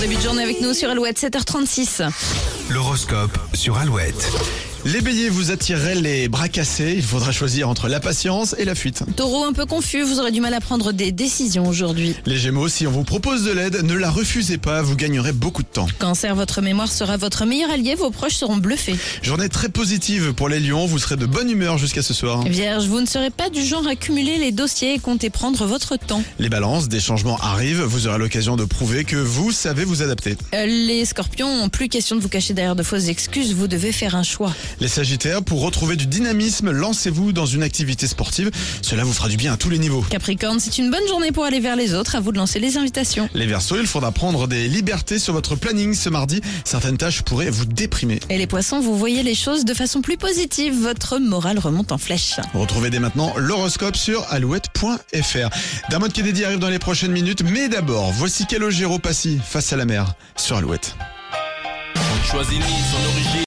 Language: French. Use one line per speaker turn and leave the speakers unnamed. début de journée avec nous sur Alouette, 7h36.
L'horoscope sur Alouette.
Les béliers, vous attirerez les bras cassés. Il faudra choisir entre la patience et la fuite.
Taureau un peu confus, vous aurez du mal à prendre des décisions aujourd'hui.
Les gémeaux, si on vous propose de l'aide, ne la refusez pas. Vous gagnerez beaucoup de temps.
Cancer, votre mémoire sera votre meilleur allié, vos proches seront bluffés.
Journée très positive pour les lions. Vous serez de bonne humeur jusqu'à ce soir.
Vierge, vous ne serez pas du genre à cumuler les dossiers et comptez prendre votre temps.
Les balances, des changements arrivent. Vous aurez l'occasion de prouver que vous savez vous adapter.
Euh, Les scorpions, plus question de vous cacher derrière de fausses excuses, vous devez faire un choix.
Les sagittaires, pour retrouver du dynamisme, lancez-vous dans une activité sportive. Cela vous fera du bien à tous les niveaux.
Capricorne, c'est une bonne journée pour aller vers les autres, à vous de lancer les invitations.
Les versos, il faudra prendre des libertés sur votre planning ce mardi. Certaines tâches pourraient vous déprimer.
Et les poissons, vous voyez les choses de façon plus positive, votre morale remonte en flèche.
Retrouvez dès maintenant l'horoscope sur alouette.fr. D'un mode qui est dédié arrive dans les prochaines minutes, mais d'abord, voici Calogero Passy face à la mer sur Alouette.
Choisis ni son origine.